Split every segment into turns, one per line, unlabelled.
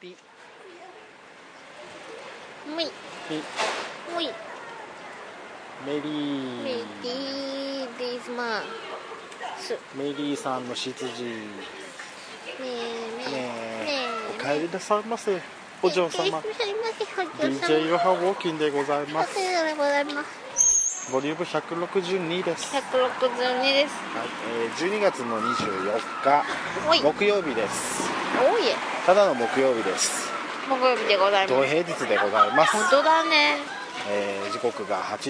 ピ
むい
ピ
むい
メ
メ
リ
リ
ー
ークリスマス
メリーさんの執事ね
ねえねえ
え
ね
お
え
帰りなさいませお嬢様
クリスマスお嬢様
DJ ヨハウォーキンでございま
お
す
世話でございます
ボリューム162です、はい
162です
えー、12月の24
おい
日木曜日です
おいえ
ただの木曜日です
木曜日でございま
土
す
平日でございます、
本当だね
えー時刻が8時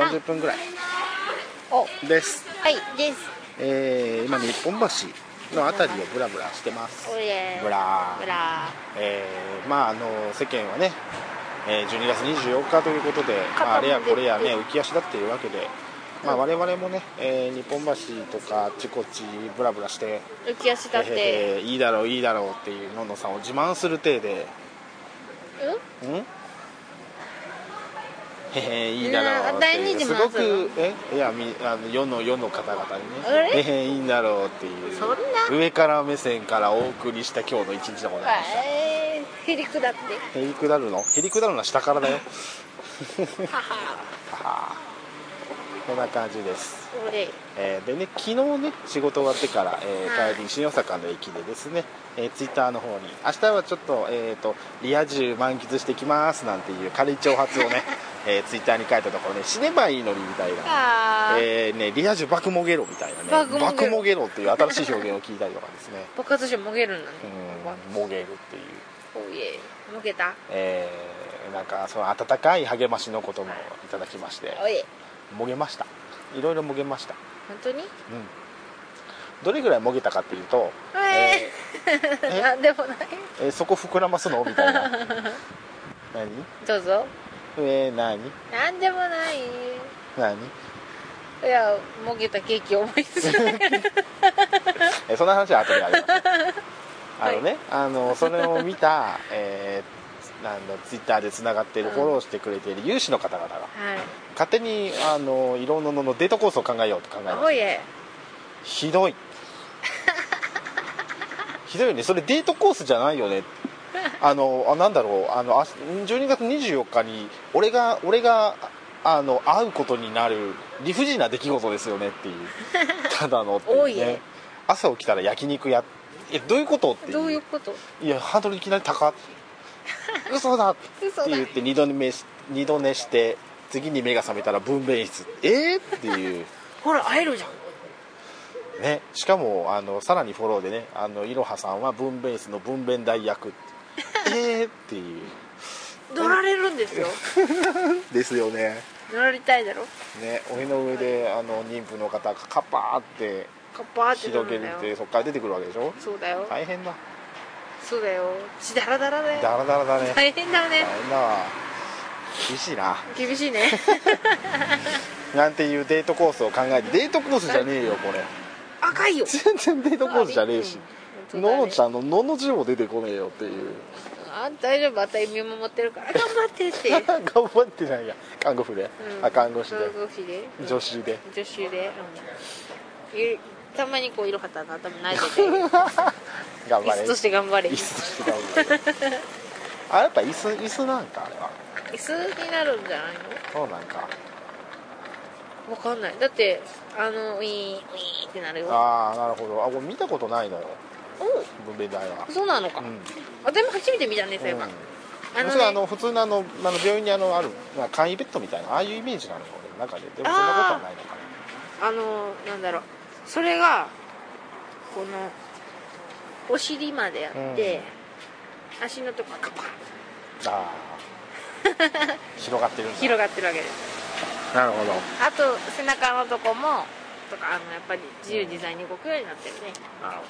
40分ぐらい
お
です、
はいです
えー今日本橋のあたりをブラブラしてます
おいえ
ブラ
ブラ
えーまああの世間はね、えー12月24日ということで、まあ、あれやこれやね浮き足だっていうわけで、まあ、我々もね、えー日本橋とかあっちこっちブラブラして
浮き足立っ
え
て
ーいいだろういいだろうっていうのんのさんを自慢する体で
うん
んへへいいだろうっていう
うん
す
第
ご
二次
く
の
えいやみあの世の世の方々
あ
にね
れ
へへいいんだろうっていう
そんな
上から目線からお送りした今日の一日でございました
えー、へりくだって
へりくだるのへりくだるのは下からだよ
はは
はあこんな感じです、
おれ
えーでね昨日ね仕事終わってから、えー
はい
帰り新大阪の駅でですね、えー、ツイッターの方に明日はちょっと,、えー、とリア充満喫してきますなんていう軽い挑発 をね、えーツイッターに書いたところね死ねばいいのにみたいな
あー
えーね、リア充バクモゲロみたいなね
バクモゲロ
モゲロっていう新しい表現を聞いたりとかですね
爆発してもげるんだね
うんモゲるっていう、
おいえもげた
えーなんかその温かい励ましの言葉をいただきまして
おいえ
もげましたいろいろもげました、
本当に
うん、どれぐらいもげたかっていうと、
おえ
え
ー、なんでもない
えーそこ膨らますのみたい な何
どうぞ
えー、何
なんでもない
何
いやもげたケーキ思いつく
えーそんな話は後でありますあのね、あのそれを見た、えー、あのツイッターでつながっている、
うん
フォローしてくれている有志の方々が
はい
勝手にあのいろんなののデートコースを考えようと考えま
お
し
いえ
たひどい ひどいよねそれデートコースじゃないよねあのあなんだろうあのあ12月24日に俺が俺があの会うことになる理不尽な出来事ですよねっていう ただのっていう
おいえ
朝起きたら焼肉やえどういうことっていう
どういうこと
いやハードルいきなり高っ 嘘だって
嘘だ
言って二度寝し二度寝して次に目が覚めたら分娩室えー、っていう
ほら会えるじゃん
ねしかもあのさらにフォローでねあのいろはさんは分娩室の分娩大 役えー、っていう
乗られるんですよ
ですよね
乗られたいだろ
ねおへの上であの妊婦の方がカッパーって
カッパーって乗
広げ
るん
るっ
だ
て
よ
そっから出てくるわけでしょ
そうだよ
大変だ
そうだよ血だらだらだよ
ダラダラだね
大変だね
大変だわ厳しいな
厳しい ね
なんていうデートコースを考えてデートコースじゃねえよこれ
赤いよ
全然デートコースじゃねえし
うん
ののちゃんののの字も出てこねえよっていう
あ大丈夫あたい見守ってるから頑張ってって いう、
頑張ってないや看護婦で、
うん
あ看護師で
看護師でうん
助手で
助手で、うんゆたまにこういろはたの頭撫で て
頑
椅
張れ
子として頑張れ
椅
椅
子として頑張れあやっぱ椅子椅子なんかあれは
子になるんじゃない
そうなんか
のわかんないだってあのウィーンウィーンってなるよ
ああなるほどあ俺見たことないのよ
お
分娩台は
そうなのか、
うん、
あでも初めて見たねそういえ
うん
ば、
それはあの普通のあのあの病院にあのある、まあ、簡易ベッドみたいなああいうイメージなのよ俺の中ででもそんなことはないのかな
あのなんだろうそれがこのお尻までやって、足のとこカパッ
あ ー広がってるんだ
広がってるわけです
なるほど
あと背中のとこもとかあのやっぱり自由自在に動くようになってるね、
なるほど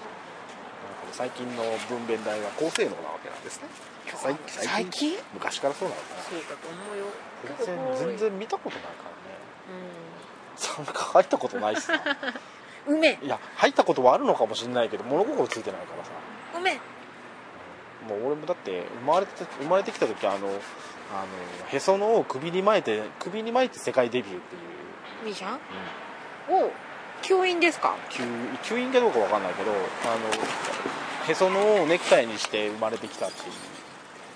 最近の分娩台は高性能なわけなんですね最
最近
昔からそうなのか
そうだと思うよ
な全然全然見たことないからね
う
なんか入ったことないっすな
ん梅
いや入ったことはあるのかもしれないけど物心ついてないからさ
梅
もう俺もだって生まれて生まれてきた時はあのあのへその緒を首に巻いて首に巻いて世界デビューっていう、
みーちゃん
うん、
お教員ですか
吸吸引かどうかわかんないけどあのへその緒をネクタイにして生まれてきたっていう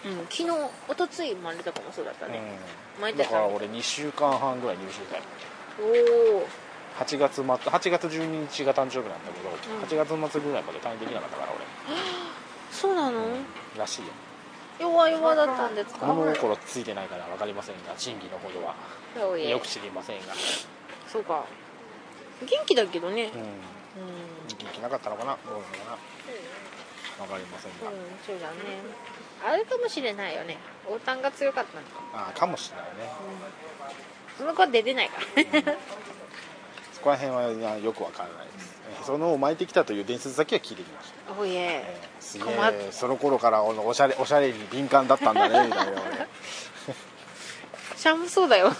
うん、昨日一昨日生まれた子もそうだったね、
う
巻
ん、
い
だ
てた
から俺2週間半ぐらい入手したよ
おお
8月末8月12日が誕生日なんだけ
ん
ど、8月末ぐらいまで退院できなかったから
そうなの、
俺らしいよ
弱々だったんですか
物心ついてないから分かりませんが真偽のほどは
そういえ
よく知りませんが、
そうか元気だけどね
うん、
うん、うん
元気なかったのかなどうなのかな分かりませんが、
そうだねあれかもしれないよね王丹が強かったのか
ああかもしれないね
その子は出れないから
そこら辺はよく分からないです、へその緒を巻いてきたという伝説だけは聞いてきました
おいえ
えーすげ
困っ
えその頃からこのおしゃれおしゃれに敏感だったんだねみたいなね
シャムそうだよあ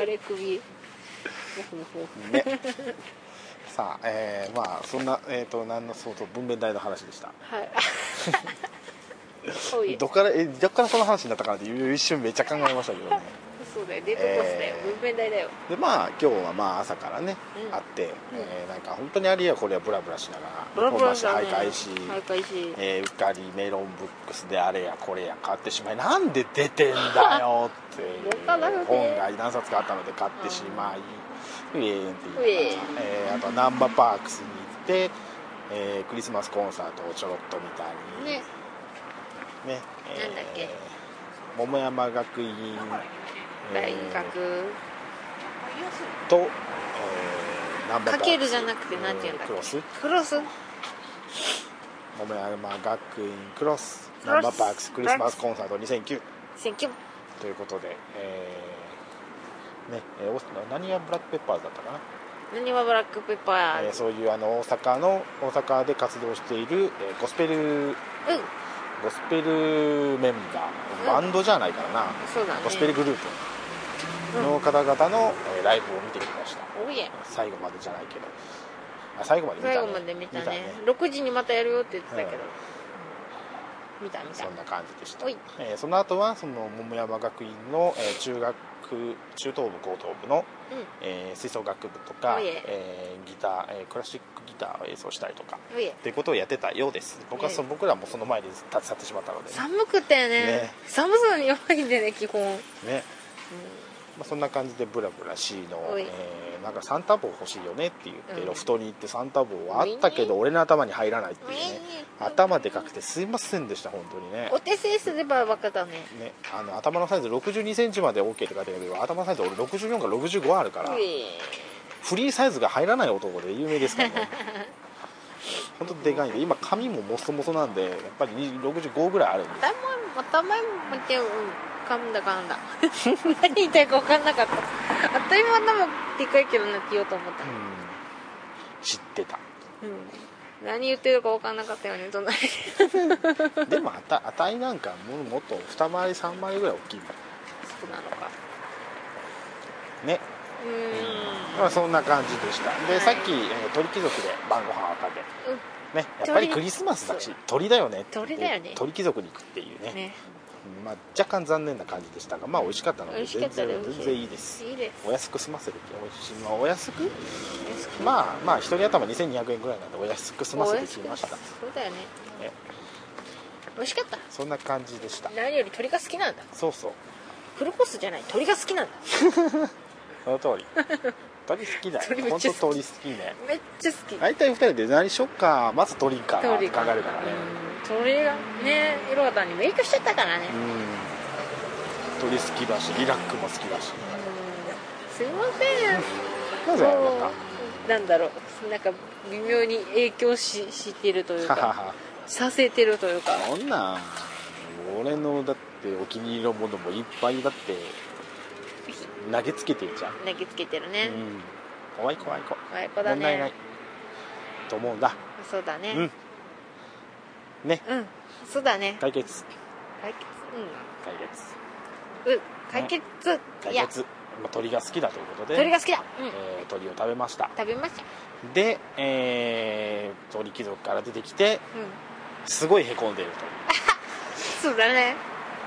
れ首ほほほ
ねさあ、えーまあそんな、えー、と何のそうと分娩台の話でした
はい おいえ
どっからえどっからその話になったかなっていう一瞬めっちゃ考えましたけどね
そうだよデートコースだよ、
えー
文面台だよ
でまあ今日はまあ朝からね、
うん
会って、えーなんか本当にあれやこれはブラブラしながら
ブラブラ
日
だ
本
ね
橋徘徊し、
徘徊し
えーうっかりメロンブックスであれやこれや買ってしまいなんで出てんだよってい
出ただろう
う
ね
本が何冊かあったので買ってしまい、うえーんって
う
言
え
い
ー
ながら、えーあとナンバーパークスに行って、えークリスマスコンサートをちょろっと見たり
ね
ねえー
なんだっけ
桃山学院
大学、
えーと、えー、ナンバー
か
パークス
けるじゃなくてなんて言うんだっけ
クロス
クロス
桃山学院クロス
クロス
ナンバーパークスクリスマスコンサート2009
選挙
ということで、えーねえーお何がブラックペッパーズだったかな、
何はブラックペッパー、
えーそういうあの大阪の大阪で活動している、えーゴスペル
うん
ゴスペルメンバ
うん
ーバンドじゃないからな、
そうだね
ゴスペルグループの方々の、えーライブを見てきました
おいえ
最後までじゃないけどあ最後まで見たね
最後まで見たね6時にまたやるよって言ってたけど、
うん
見た見た
そんな感じでした
おい、
えーその後はその桃山学院の、えー中学中等部高等部の、
う
えー吹奏楽部とか、
おいえ
えーギター、えークラシックギターを演奏したりとか
んおいえ
っていうことをやってたようです僕はそ
ええ
僕らもその前に立ち去ってしまったので
寒くてね
ね
寒さに弱いんでね基本、うん、
ね、まあ、そんな感じでブラブラ C の、
おい
えーなんかサンタ帽欲しいよねって言って、
うん
ロフトに行ってサンタ帽はあったけど俺の頭に入らないっていうね頭でかくてすいませんでした本当にね
お手製すれば分かったね
ね、あの頭のサイズ6 2ンチまで OK って書いてあるけど頭のサイズ俺64から65あるから
うい
フリーサイズが入らない男で有名ですから ね本当でかいんで今髪ももそもそなんでやっぱり65ぐらいあるんです
頭頭もってうん噛んだ噛んだ 何言いたいか分かんなかったあっという間頭でかいけどなって言おうと思った、
うん知っ てた
うん、何言ってるか分かんなかったよね隣
でもあたあたいなんかもうもっと2回り3回りぐらい大きいもん
そうなのか
ね
うーん
まあそんな感じでしたで、
はい
さっき、えー鳥貴族で晩ご飯を食べ
うん
ね、やっぱ
鳥
りクリスマスだし鳥だよねって言って
鳥だよね
鳥貴族に行くっていう
ね
まあ、若干残念な感じでしたが、まあ、美味しかったの
美
で
味しか
全
った
然
です
全然いいです
いいです
お安く済ませるっておしい、まあ、お安く
安く
まあまあ一人頭2200円ぐらいなんでお安く済ませてきました
お安くそうだよね
え
美味しかった
そんな感じでした
何より鳥が好きなんだ
そうそう
フルコースじゃない鳥が好きなんだ
その通 り鳥好きだ
鳥
よ
めっ
本
ちゃ
当
好き
鳥好きね
めっちゃ好き
大体二人で何しよっかまず鳥かなって考えるからね
うん鳥がねいろはたにメイクしちゃったからね
うん鳥好きだしリラックも好きだし
すいませ
なぜ
ん
あ
も
な
うなんだろうなんか微妙に影響ししてるという
たはは
か
は
させてるというか
そんなん俺のだってお気に入りのものもいっぱいだって投げつけてんじゃん、
投げつけてるね、
うん、怖い怖い怖い
ワイパだ
問題ない
ね
と思うんだ
そうだね
うんね
うん、そうだね
解決
解決
解決
うんうん解決い
解
や
決、まあ、鳥が好きだということで
鳥が好きだうん
えー鳥を食べました
食べました
で、えー鳥貴族から出てきて
うん
すごいへこんでる
そうだね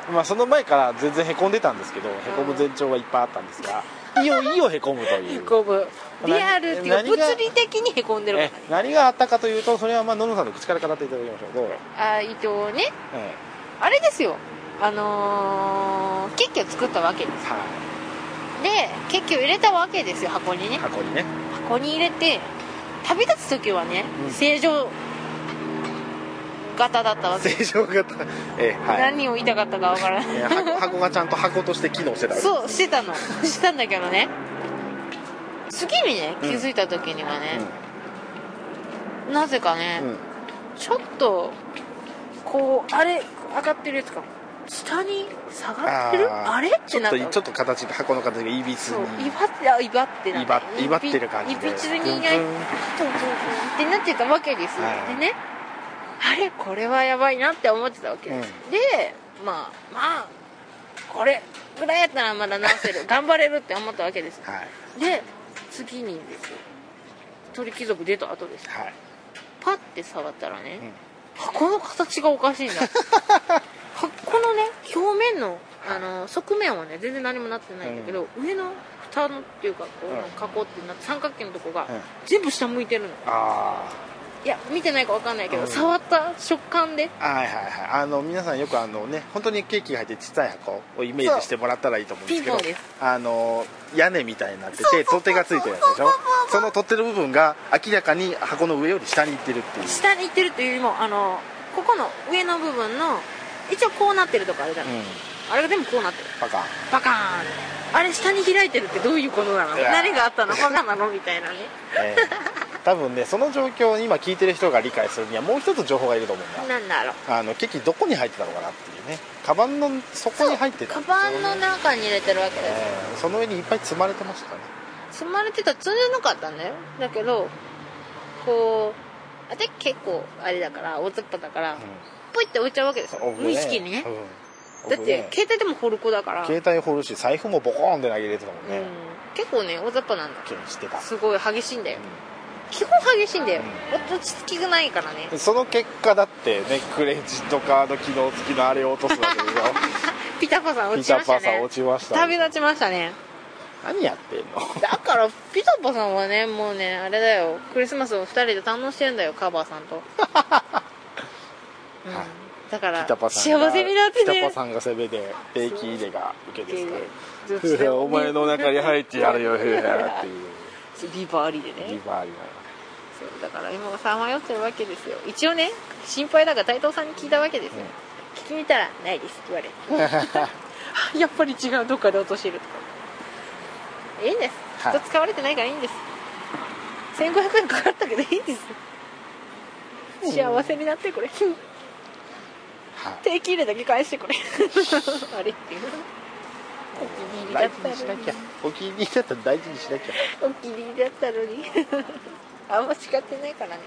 と、まあ、その前から 全然へこんでたんですけどへこむ前兆はいっぱいあったんですがいよいよへこむという
五分リアルっていうか
何が
物理的にへこんでるから
え
ね
何があったかというとそれはまあののさんの口から語っていただきましょうどうぞ、
あ伊藤ね
え
あれですよあのー、結局作ったわけです
えは
で結局入れたわけですよ箱にね
い箱にね
箱に入れて旅立つ時はね、
うん
正常型だったわけ
正常型ええはい
何を言いたかったかわからない
ええ箱箱がちゃんと箱として機能してたわけ
そうしてたのしてたんだけどね次にね気づいた時にはね、なぜかね、
うんうん
ちょっとこうあれ上がってるやつかも下に下がってる
ー
あれってなった
ちょっとちょっと形が箱の形がいびつ
そう
に
威張ってあ威張ってなんか
威張って威張ってる感じで
いびつにいない
ブンブン
ってなってたわけですよ、
はい
でねあれこれはやばいなって思ってたわけです、でまあまあこれぐらいやったらまだ直せ る頑張れるって思ったわけです
はい
で次にですよ鳥貴族出た後です
はい
パッて触ったらね、
うん
箱の形がおかしいん だ箱のね表面のあの側面はね全然何もなってないんだけど、上の蓋のっていうかこう、囲ってな三角形のとこが、
うん
全部下向いてるの
あ
いや見てないか分かんないけど、
うん
触った食感で
あはいはいはいあの皆さんよくあのね本当にケーキが入って小さい箱をイメージしてもらったらいいと思うんですけど
そうピンポンで
あの屋根みたいになって
そうそう
て取っ手がついてるやつでしょその取っ手の部分が明らかに箱の上より下に行ってるっていう
下に行ってるというよりもあのここの上の部分の一応こうなってるとかあるじゃ
う
ない、
ん
あれが全部こうなってる
バカン
バカーンあれ下に開いてるってどういうことなの
うわ
何があったのバカなのみたいなね
ええ 多分ねその状況を今聞いてる人が理解するにはもう一つ情報がいると思うんだ
なんだろう
あのケーキどこに入ってたのかなっていうねカバンの底に入ってた
カ
んですよ
バンの中に入れてるわけです、
ええその上にいっぱい積まれてましたね
積まれてた積んでなかったんだよだけどこうあで結構あれだから大雑把だから、ポイって置いちゃうわけですよ
うん
無意識にね、
うん
だって携帯でも掘る子だから、
携帯掘るし財布もボコーンって投げ入れてたもん
う
ね
ん、結構ね大雑把なんだ
気にしてた
すごい激しいんだよ、
う
基本激しいんだよ、落ち着きがないからね
んその結果だってねクレジットカード機能付きのあれを落とすわけでし
ピタパさん
ょ
落
ピ
ち
タ
ました
パさん
ね
落ちました
旅立ちましたね
何やってんの
だからピタパさんはねもうねあれだよクリスマスを2人で堪能してんだよカバーさ んと、うん
はい
だから
ピタパ
幸
さん
せ
が
になって
ピタ
ね
パさんが攻めで定期入れが受けですか
で
らふや お前の中に入ってやるよふやっていう
ビバーリーで
リ
ね
バーリが
そうだから今さまよってるわけですよ一応ね心配だから斎藤さんに聞いたわけですよ、
うん
聞きに行ったら「ないです」って言われて やっぱり違うどっかで落としてるとかいいんです
はい
人使われてないからいいんです、1500円かかったけどいいんです幸せになってこれ
はい
定期入れだけ返して これあれっていうお気に入りだ
大
っ
事
た
にし
の
な
に
きゃお気に入りだったら大事にしなきゃ
お気に入りだったの にあんま叱ってないからね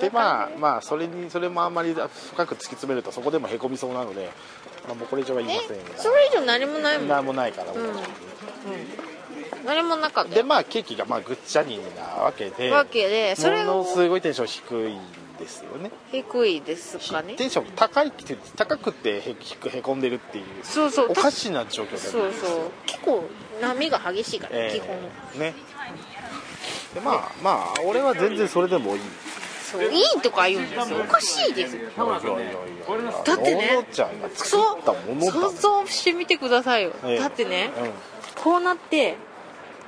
でまあ
あ
まあそれにそれもあんまり深く突き詰めるとそこでもへこみそうなので、まあ、もうこれ以上は言いません
え
が
それ以上何もないもん
何もないから、もう
何もなかった
で
よ
まあケーキがまあぐっちゃりなわけで
わけでそれが
ものすごいテンション低いんですよね
低いですかね
テンション高いって高くてへへへこんでるっていう
そうそう
おかしな状況だ
そうそう結構波が激しいから、
え
基本
えねでまあまあ俺は全然それでもいい
そういいとか言うんですよおかしいですよ
いやいやいやいや
だってね
ののちゃんが作
そ
ったもの
う
だ
想像してみてくださいよ、
ええ
だってね、
うん
こうなって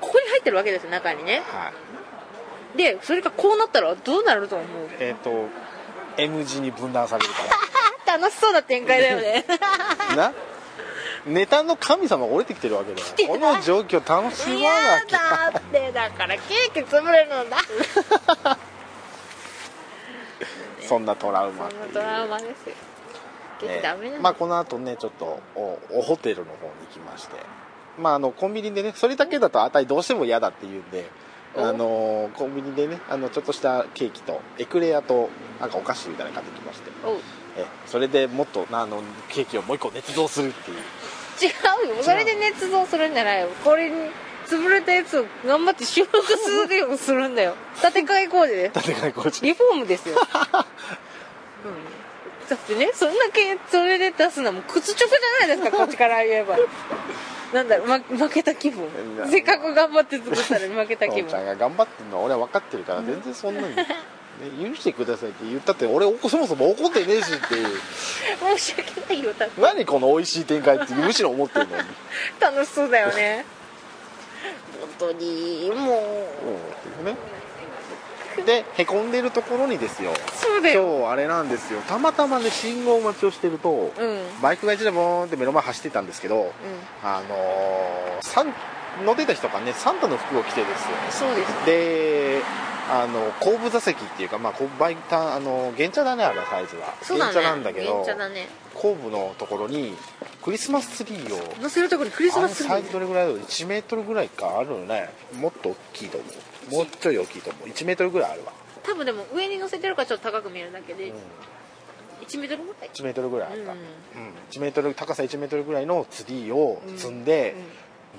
ここに入ってるわけですよ中にね
はい
でそれがこうなったらどうなると思う
えっ、と M 字に分断されるか
あ楽しそうな展開だよ ね
らなネタの神様が降りてきてるわけだ
て
よ
ない
この状況楽しまなきゃ
だってだからケーキ潰れるのだ
そんなトラウマ
そんなドラマですよケーキダメな
え
の、
ーまあこの後ねちょっとおおホテルの方に行きましてまああのコンビニでねそれだけだとあたりどうしても嫌だって言うんで
お
あのーコンビニでねあのちょっとしたケーキとエクレアとなんかお菓子みたいなの買ってきまして
おう
えそれでもっとあのケーキをもう一個捏造するっていう
違うよそれで捏造するんじゃないよこれに潰れたやつを頑張って修復するようにするんだ よ建て替え工事で
立て替え工事
リフォーム ですよ、 うん、だってねそんなけそれで出すのはもう屈辱じゃないですかこっちから言えばなんだろう、ま、負けた気分
な
せっかく頑張って作ったのに負けた気
父 ちゃん
分
が頑張ってるのは俺は分かってるから全然そんなに、ね、許してくださいって言ったって俺そもそも怒ってねえしっていう
申し訳ないよ多分
何この美味しい展開ってむしろ思ってるのに
楽しそうだよ ね本当にも
うんっていうねでへこんでるところにですよ
うそうだよ
今日あれなんですよたまたまね信号待ちをしてると、
うんうん
バイクが一台ボーンって目の前走ってたんですけどあのー、サン乗ってた人がねサンタの服を着てですよ
そうです
であの後部座席っていうかまあ後部バイクタあの原茶だねあのサイズは、
そうだ
原
ね
茶なんだけど
原茶だね
後部のところにクリスマスツリーを
乗せるとこにクリス
あ
マ
の
スツリ
サイズ
ー
どれぐらいだろう1メートルぐらいかあるのねもっと大きいと思うもうちょい大きいと思う1メートルぐらいあるわ、
多分でも上に乗せてるからちょっと高く見えるだけで、
うん、
1メートルぐらい
1メートルぐらいあるか、
うん
うん1メートル高さ1メートルぐらいのツリーを積んで、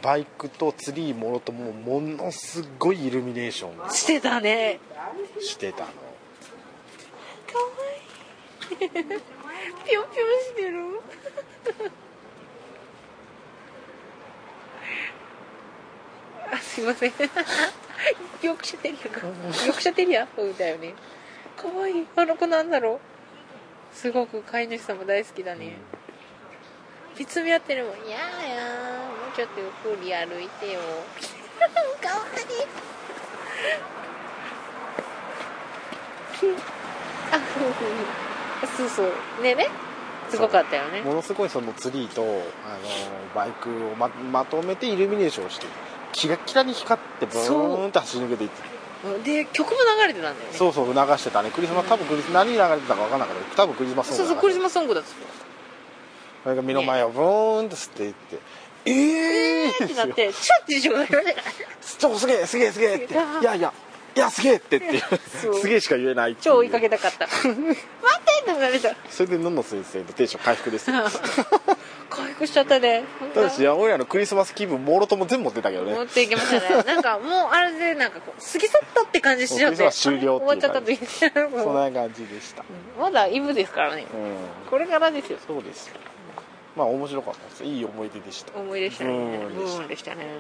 バイクとツリーもろともものすごいイルミネーションを
してたね
してたの
かわいいぴょんぴょんしてるあすいませんヨークシャテリアかヨークシャテリアそうだよねかわいいあの子なんだろうすごく飼い主さんも大好きだね、見つめ合ってるもん「やーやーもうちょっとゆっくり歩いてよ」 かわいいあそうそうねねすごかったよね
ものすごいそのツリーと、あのーバイクをままとめてイルミネーションをしてキラキラに光ってブーンって走り抜けていって
で曲も流れてたんだよね
そうそう流してたねクリスマス多分クリス何流れてたか分かんなかったけど多分クリスマス
そ
ソ
うそう
ングだ
ク
ね
リスマスソングだっつって
それが目の前をブーンって吸っていって、ええー
ってなっ
ですよ
てチュッて一緒になりましたから
超すげえすげえすげえってい
すげえ
やいやいやすげえってっていう
そう
すげえしか言えないっていう
超追いかけたかった 待ってってなれた
それでのんの先生のテンション回復 ですよ
回復しちゃったね
ただし八百屋のクリスマス気分もろとも全部持ってたけど
持 っ
ね
ていきましたねなんかもうあれでなんかこう過ぎ去ったって感じしちゃって
もうクリスマス終了
終わっちゃった
っ
ってて
い
言って
そんな感じでした
まだイブですからね
うん
これからですよ
そうですよまあ面白かったですいい思い出でした
思い出したね
うん
ブーンでしたね
え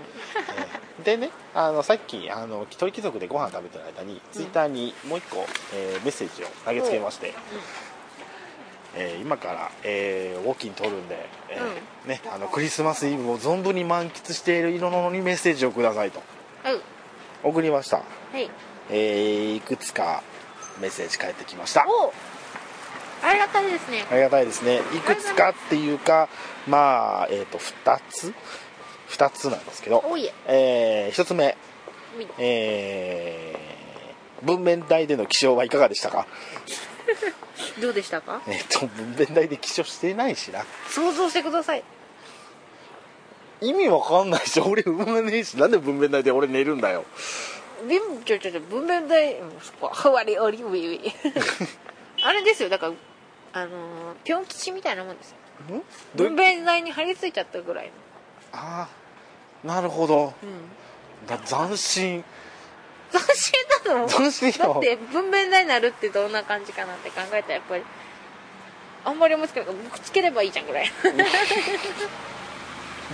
ーでねあのさっきあの鳥貴族でご飯食べてる間に、ツイッターにもう一個、えーメッセージを投げつけまして、えー今から、えー、ウォーキン取るんで、えーね、あのクリスマスイブを存分に満喫している色のにメッセージをくださいと
はい
送りました、
はい
えーいくつかメッセージ返ってきました
おありがたいですね
ありがたいですねいくつかっていうかまあえっ、と2つ2つなんですけど
おいえ
えー、1つ目
みんな
えー文面台での起床はいかがでしたか
どうでしたか
えっと文面台で起床してないしな
想像してください
意味わかんないし俺産まねえしなんで文面台で俺寝るんだよ
でもちょちょちょ文面台うんそこはわりおりういうい あれですよだからあのーピョン吉みたいなもんですよ
んどうい
文面台に張り付いちゃったぐらい
ああなるほど
のうん
だ斬新
斬新だの
斬新
だっ
よ
て文面台になるってどんな感じかなって考えたらやっぱりあんまり思いつかないからくっつければいいじゃんぐ らい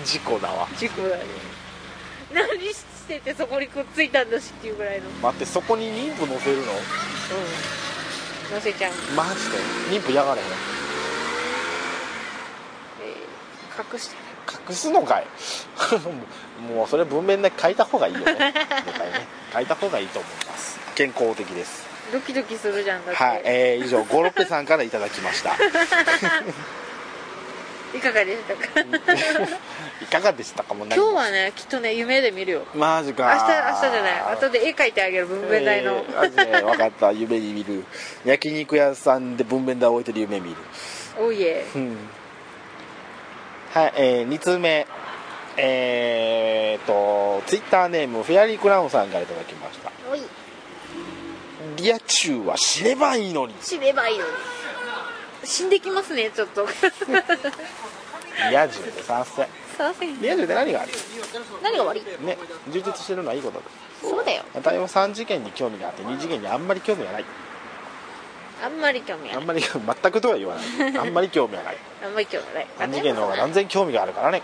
事故だわ
事故だね何しててそこにくっついたんだしっていうぐらいのうん
待ってそこに妊婦乗せるの
乗せちゃう
マジで妊婦やがれへん
えー隠して
隠すのかい もうそれ文面で書いた 方がいいよね絶対ね書いた方がいいと思います健康的です
ドキドキするじゃんだって、
はい、えー以上ゴロッペさんからいただきました
いかがでしたか
いかがでしたかもう
今
何
日
も
はねきっとね夢で見るよ
マジか
明日明日じゃない後で絵描いてあげる文面台の、
えーマジで分かった夢に見る焼肉屋さんで文面台置いてる夢見る
おいえ
うんはいえー、2通目えー、とツイッターネームフェアリークラウンさんからいただきました
おい
リア中は死ねばいいのに
死ねばいいのに死んできますねちょっと
リア充で賛成
さあせん
リア充で何がある
何が悪い
ね充実してるのはいいことだ
そうだよ
私も3次元に興味があって2次元にあんまり興味がない
あんまり興味
あ
ない
んまり 全くとは言わないあんまり興味がない
あんまり興味ない
3次元の方が断然興味があるからね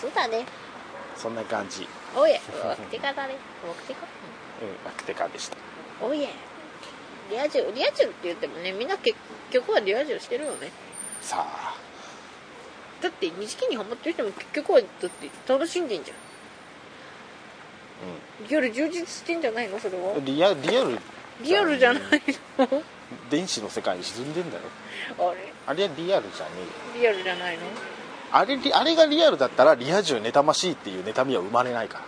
そうだね
そんな感じ、
おいえワクテカだねワクテカ
うん、アクテカでした
おいえリア充リア充って言ってもねみんな結局はリア充してるよね
さあ
だって錦にハマってる人も結局はだって楽しんでんじゃんリアル充実してんじゃないのそれ
う
は
んリアリアル
リアルじゃないの
電子の世界に沈んでんだよ
あれ
あれはリアルじゃねえよ
リアルじゃないの
あれリあれがリアルだったらリア充妬ましいっていう妬みは生まれないから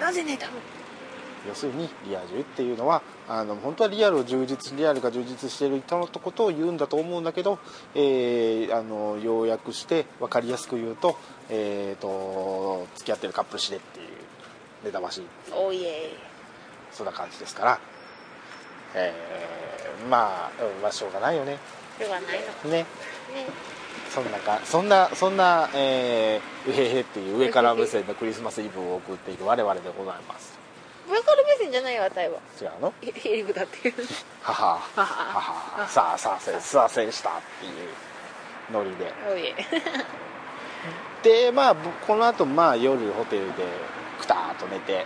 なぜね多分
要するにリア充っていうのはあの本当はリアルを充実リアルが充実している人のことを言うんだと思うんだけど、えーあの要約して分かりやすく言うと,、えー、と付き合ってるカップル知れっていう妬ましい
おいえ
そんな感じですから、えーまあ、うんまあしょうがないよね
それはないの
ね
ね
そんなかそんなそんな、えー、うへへっていう上から目線のクリスマスイブを送っている我々でございます
上から目線じゃないよあたいは
違うの
えエリクだって
はははは さあさあせさあせしたっていうノリで
お いえ
でまあぼこの後まあ夜ホテルでくたーっと寝て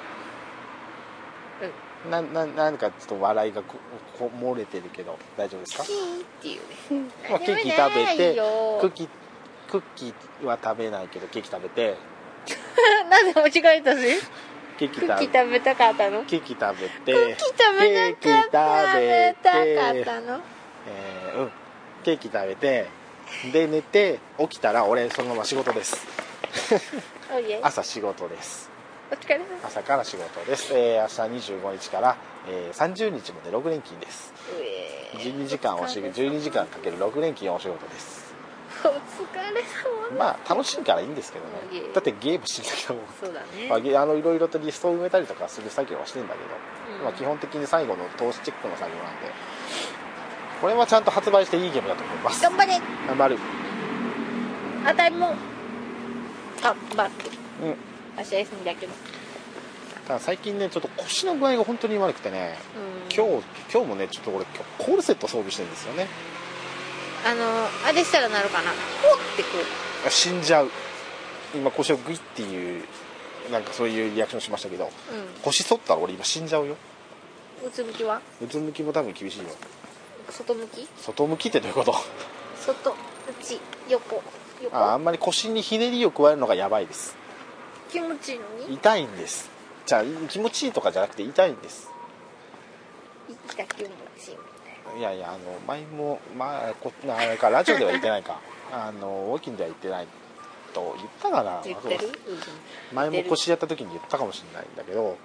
うん
なななんかちょっと笑いがここ漏れてるけど大丈夫ですか
キ、ーンっていうね
まあ、ケーキ食べ
ない
て
よ
クッキークッキーは食べないけどケーキ食べて
なんで間違えたし
ケーキ
クッ
食
キ
べ
ー食べたかったの
ケーキ食べ
ク
て
ッキー食べなかった食べ
ケ
た
ー
か
キ食べ
ってたの
えーうんケーキ食べてで寝て起きたら俺そのまま仕事です
おいえ
朝仕事です
お疲れ様
朝から仕事です、えー、明日25日から、えー、30日まで6連勤です
うえ
12時間お仕
お疲れ
事12時間かける6連勤お仕事です
お疲れ様
まあ楽しいからいいんですけどね
いえいえ
だってゲームしてたけど
そうだね
まあゲあのいろいろとリストを埋めたりとかする作業はしてんだけど、
うん
まあ基本的に最後の投資チェックの作業なんでこれはちゃんと発売していいゲームだと思います
頑張れ
頑張る
あたいも頑張って
うん
明日休みだけど
ただ最近ねちょっと腰の具合が本当に悪くてね
うん
今日今日もねちょっと俺今日コールセット装備してるんですよね
あのあれしたらなるかなほってこう
死んじゃう今腰をグイっていうなんかそういうリアクションしましたけど腰反ったら俺今死んじゃうよ
うんうつ向きは
うつ向きも多分厳しいよ
外向き
外向きってどういうこと
外内横横
ああんまり腰にひねりを加えるのがやばいです
気持ちいいのに
痛いんですじゃあ気持ちいいとかじゃなくて痛いんです
痛気持ちいいみたい
いやいやあの前もまあこあれかラジオでは言ってないかあのウォーキングでは言ってないと言ったかな
な言ってる
前も腰やった時に言ったかもしれないんだけど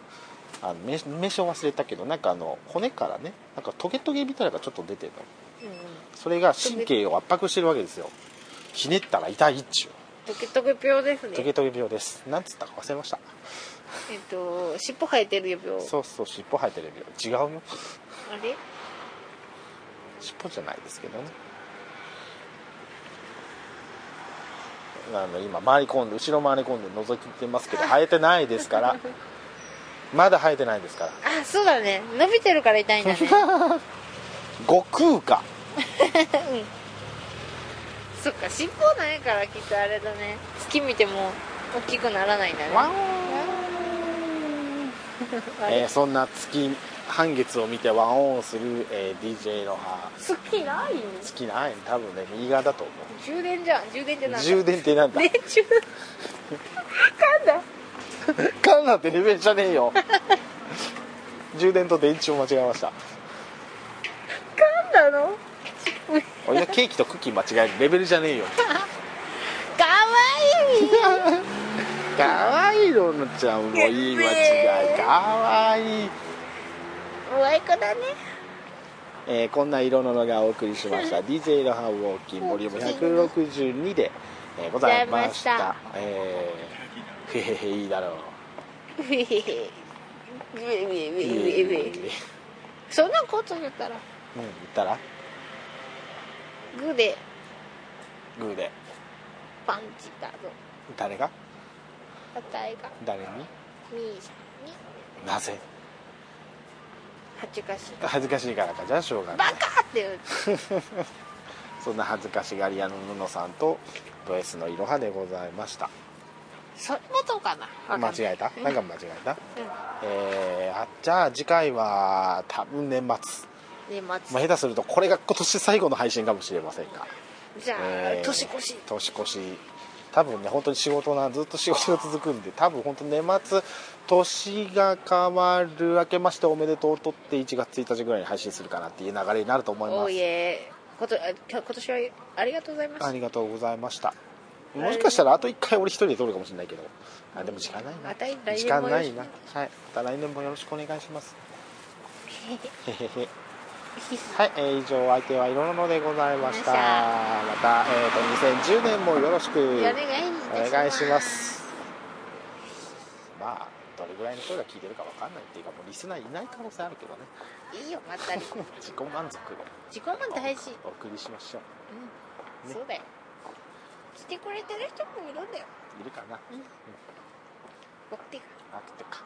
あの名名称忘れたけどなんかあの骨からねなんかトゲトゲみたいなのがちょっと出てるの
うんうん
それが神経を圧迫してるわけですよひねったら痛いっちゅう
トゲトゲ病です
トゲ
ね
トゲ病ですなんつったか忘れました
えっと尻尾生えてる病あ
そうそう尻尾生えてる病違うよ
れ
尻尾じゃないですけどねなので今回り込んで後ろ回り込んで覗いてますけど生えてないです からまだ生えてないですから
あそうだね伸びてるから痛いんだね
悟空か
そっか尻尾ないからきっとあれだね月見ても大きくならないんだね
ワン、
あ
えー
れ
そんな月半月を見てワンオンをする、えー DJ の葉
月ない
好きな愛多分ね右側だと思う
充電じゃん充電じゃない
充電ってなんだ
電中噛んだ
カンナってレベルじゃねえよ 充電と電池を間違えました
噛んだ の
俺のケーキとクッキー間違えるレベルじゃねえよ
かわいい
かわいいロノちゃんもいい間違いかわいい、
おあい子だね
えーこんな色ののがお送りしま した DJ のハウォーキンボリューム162で、えーございました
ございました
えー、へへへいいだろう
ウィーウィーウィーウィーウ
いい
ィーウィーそんなこと言ったら
うん言ったら
グーで
グーで
パンチだぞ
誰が
あたいが
誰に
ミーさんに
なぜ
恥ずかしい
恥ずかしいからかじゃあしょうが
バ
ない
カって言う
そんな恥ずかしがり屋の布さんとド S のいろはでございました
そういうことかな
間違えたなんか
うん
間違えた、えーあじゃあ次回は多分年末、
年末、
まあ、下手するとこれが今年最後の配信かもしれませんが、
じゃあ、
えー
年越し
年越し多分ね本当に仕事なずっと仕事が続くんで多分本当年末年が変わる明けましておめでとうとって1月1日ぐらいに配信するかなっていう流れになると思いま
おい
す
えことあきょ今年はありがとうございま
あ
す
りがとうございましたもしかしたらあと1回俺一人で撮るかもしれないけどあでも時間ない
また来
な
年
時間
もよ
な
ろし
い
く
なはいまた来年もよろしくお願いしますへへへはい、えー以上お相手はいろのでございました
でし
また、えー、と2010年もよろしく
お願いいた
お願いしますまあどれぐらいの人が聞いてるかわかんないっていうかもうリスナーいない可能性あるけどね
いいよまたね
自己満足を
自己満大事、
お送りしましょ
うん
うね
そうだよ来てくれてる人もいるんだよ
いるかな
僕って
あくてか